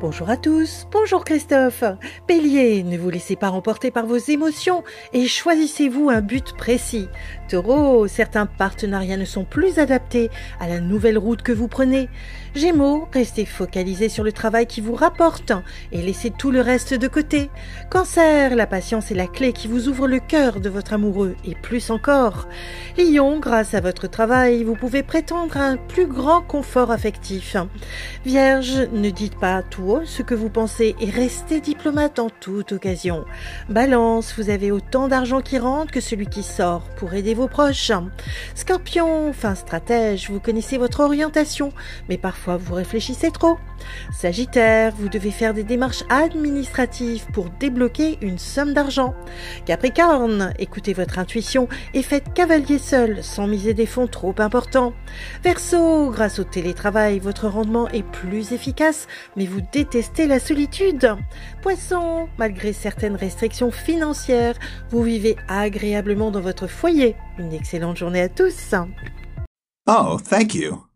Bonjour à tous, bonjour Christophe. Bélier, ne vous laissez pas remporter par vos émotions et choisissez-vous un but précis. Taureau, certains partenariats ne sont plus adaptés à la nouvelle route que vous prenez. Gémeaux, restez focalisé sur le travail qui vous rapporte et laissez tout le reste de côté. Cancer, la patience est la clé qui vous ouvre le cœur de votre amoureux et plus encore. Lion, grâce à votre travail, vous pouvez prétendre à un plus grand confort affectif. Vierge, ne dites pas tout ce que vous pensez et restez diplomate en toute occasion. Balance, vous avez autant d'argent qui rentre que celui qui sort pour aider vos proches. Scorpion, fin stratège, vous connaissez votre orientation, mais parfois vous réfléchissez trop. Sagittaire, vous devez faire des démarches administratives pour débloquer une somme d'argent. Capricorne, écoutez votre intuition et faites cavalier seul sans miser des fonds trop importants. Verseau, grâce au télétravail, votre rendement est plus efficace, mais vous détestez la solitude. Poisson, malgré certaines restrictions financières, vous vivez agréablement dans votre foyer. Une excellente journée à tous. Oh, thank you.